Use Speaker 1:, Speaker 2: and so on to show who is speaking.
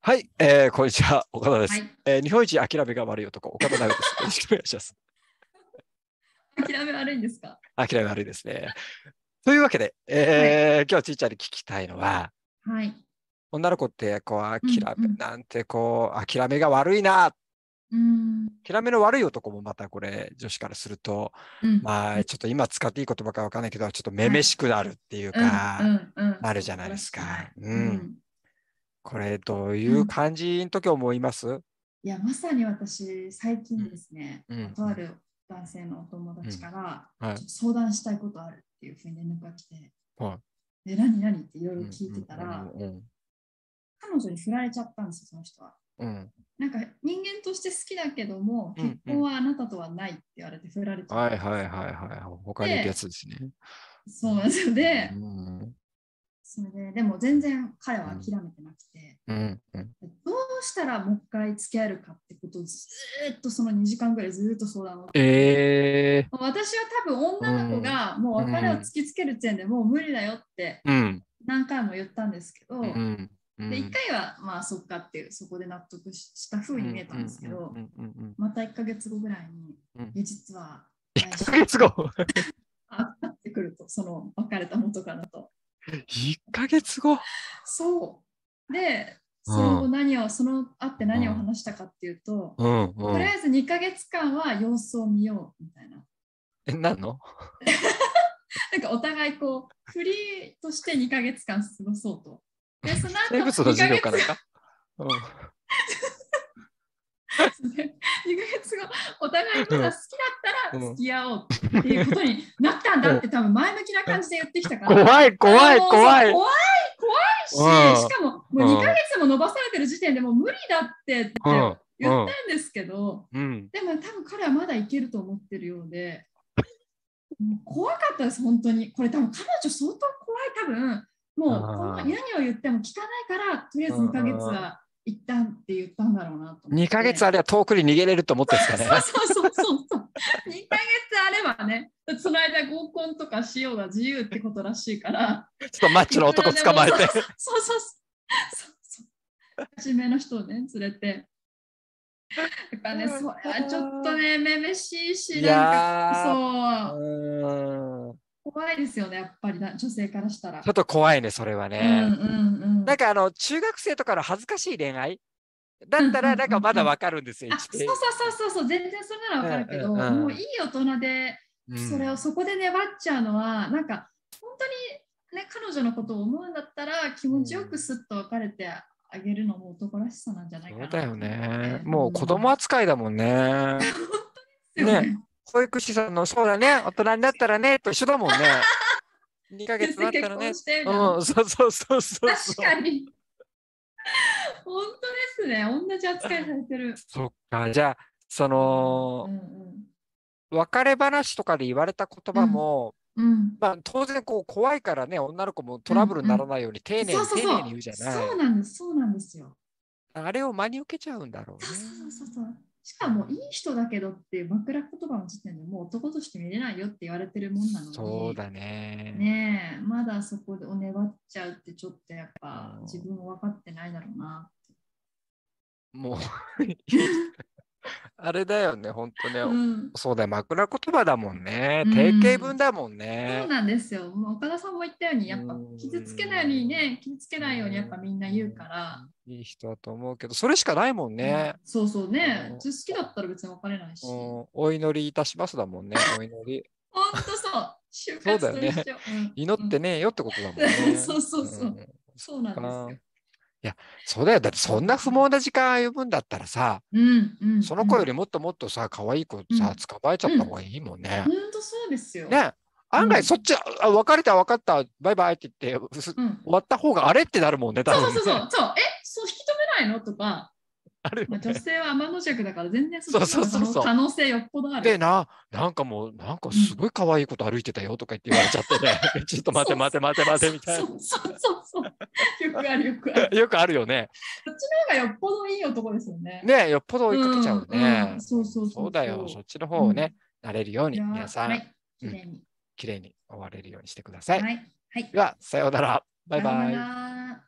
Speaker 1: はい、えー、こんにちは、岡田です。
Speaker 2: はい、
Speaker 1: えー、日本一諦めが悪い男、岡田直です。よろしくお願いします。
Speaker 2: 諦め悪いんですか
Speaker 1: 諦め悪いですね。というわけで、えー、はい、今日ちいちゃんに聞きたいのは、
Speaker 2: はい、
Speaker 1: 女の子ってこう諦め、うんうん、なんてこう諦めが悪いな、
Speaker 2: うん、
Speaker 1: 諦めの悪い男もまたこれ女子からすると、
Speaker 2: うん、
Speaker 1: まあちょっと今使っていい言葉かわかんないけどちょっとめめしくなるっていうか、なるじゃないですか。うん、これどういう感じの時思います、うん、
Speaker 2: いやまさに私最近ですね、とある男性のお友達から、
Speaker 1: はい、
Speaker 2: 相談したいことあるっていうふうに連絡が来て、、
Speaker 1: はい
Speaker 2: で何何っていろいろ聞いてたら、彼女に振られちゃったんですよその人は。
Speaker 1: うん、
Speaker 2: なんか人間として好きだけども、結婚はあなたとはないって言われて振られちゃ
Speaker 1: った、うん、はいはいはいはい。他にいるやつですね。
Speaker 2: そうなんですよ。で、
Speaker 1: うん、
Speaker 2: それで、でも全然彼は諦めてなくて、
Speaker 1: うん
Speaker 2: どうしたらもう一回付き合えるかってことをずっとその2時間ぐらいずっと相談を。
Speaker 1: え
Speaker 2: ー、私は多分女の子がもう別れを突きつける時点でもう無理だよって何回も言ったんですけど、
Speaker 1: うん
Speaker 2: で1回はまあそっかっていうそこで納得したふうに見えたんですけどまた1か月後ぐらいに、うん、実は
Speaker 1: 1か月後
Speaker 2: あってくるとその別れた元からと
Speaker 1: 1か月後
Speaker 2: そうでその後何を、うん、そのあって何を話したかっていうと、
Speaker 1: うん、と
Speaker 2: りあえず2か月間は様子を見ようみたいな
Speaker 1: え何の
Speaker 2: なんかお互いこうフリーとして2か月間過ごそうと。で、その後
Speaker 1: 生物の授業かなんか。。
Speaker 2: 2ヶ月後、お互いまだ好きだったら付き合おうっていうことになったんだって、多分前向きな感じで言ってきたから
Speaker 1: 怖い、怖い、怖
Speaker 2: い。怖い、怖いし、しかももう2ヶ月も伸ばされてる時点でもう無理だってって言ったんですけど、
Speaker 1: でも
Speaker 2: 多分彼はまだいけると思ってるようで、怖かったです、本当に。これ多分彼女相当怖い、多分。もうこの何を言っても聞かないから、とりあえず2ヶ月は一旦って言ったんだろうなと。
Speaker 1: 2ヶ月あれば遠くに逃げれると思ってるんです
Speaker 2: かね。そうそうそうそう。2ヶ月あればね、その間合コンとかしようが自由ってことらしいから。
Speaker 1: ちょっとマッチの男捕まえて。そう
Speaker 2: そうそう。そうそう初めの人をね、連れて。やっぱね、それはちょっとね、めめしいし、なんか、そう。怖いですよね、やっぱり女性からしたら。
Speaker 1: ちょっと怖いね、それはね。なんかあの中学生とかの恥ずかしい恋愛だったら、なんかまだわかるんですよ。
Speaker 2: そうそうそうそう、全然それならわかるけど、もういい大人で、それをそこで粘っちゃうのは、うん、なんか本当に、ね、彼女のことを思うんだったら、気持ちよくすっと別れて。あげるのも男らしさなんじゃないかな、
Speaker 1: ね、そうだよね。もう子供扱いだもんね。本当
Speaker 2: ですよね,ね
Speaker 1: 保育士さんの、そうだね、大人になったらね、と一緒だもんね。2ヶ月だったらね。うん、そうそうそうそう
Speaker 2: 確かに。本当ですね、同じ扱いされ てる。
Speaker 1: そっか、じゃあ、その、
Speaker 2: うんうん、
Speaker 1: 別れ話とかで言われた言葉も、
Speaker 2: うん、
Speaker 1: まあ、当然こう怖いからね女の子もトラブルにならないように丁寧に丁寧に言うじゃない
Speaker 2: そうなんですそうなんですよ
Speaker 1: あれを真に受けちゃうんだろう、ね、
Speaker 2: そうそうそうそうしかもいい人だけどっていう枕言葉の時点でもう男として見れないよって言われてるもんなのに
Speaker 1: そうだね
Speaker 2: ねまだそこでお粘っちゃうってちょっとやっぱ自分も分かってないだろうな
Speaker 1: もうあれだよね本当ね、うん、そうだよ枕言葉だもんね定型文だもんね、
Speaker 2: うん、そうなんですよもう岡田さんも言ったようにやっぱ傷つけないようにね傷つけないようにやっぱみんな言うから、
Speaker 1: いい人だと思うけど、それしかないもんね。
Speaker 2: うん、そうそうね。好きだったら別に別れないし。
Speaker 1: お祈りいたしますだ もんね。お祈り。
Speaker 2: ほんとそう。就
Speaker 1: 活と一緒。そうだよね。祈ってねえよってことだもんね。
Speaker 2: そうそうそう。そうなんですよ。
Speaker 1: いや、そうだよ。だってそんな不毛な時間歩むんだったらさ、
Speaker 2: うんうん、
Speaker 1: その子よりもっともっとさ、可愛い子さ、捕まえちゃった方がいいもんね。
Speaker 2: ほんとそうですよ。
Speaker 1: ね。案外そっち、あ別れた分かったバイバイって言って、終わった方があれってなるもんね
Speaker 2: 多分ねそうそ うそうそうえそう引き止めないのとかある、ね、女性は天の弱だから全然
Speaker 1: そうそうそう
Speaker 2: 可能性よっぽどある
Speaker 1: でななんかもうなんかすごい可愛いこと歩いてたよとか言って言われちゃってね、 うん、ちょっと待て待て待て待てみたいな
Speaker 2: そうそうそうそうよくあるよくある
Speaker 1: よくあるよね
Speaker 2: そっちの方がよっぽどいい男ですよね
Speaker 1: ねよっぽど追いかけちゃうね、
Speaker 2: うんうん、そうそう、
Speaker 1: そうだよそっちの方をね、うん、なれるように皆さん、はい
Speaker 2: 綺麗に、
Speaker 1: 綺麗に終われるようにしてください。
Speaker 2: はい。はい、
Speaker 1: では、さようなら。バイバイ。
Speaker 2: バイバ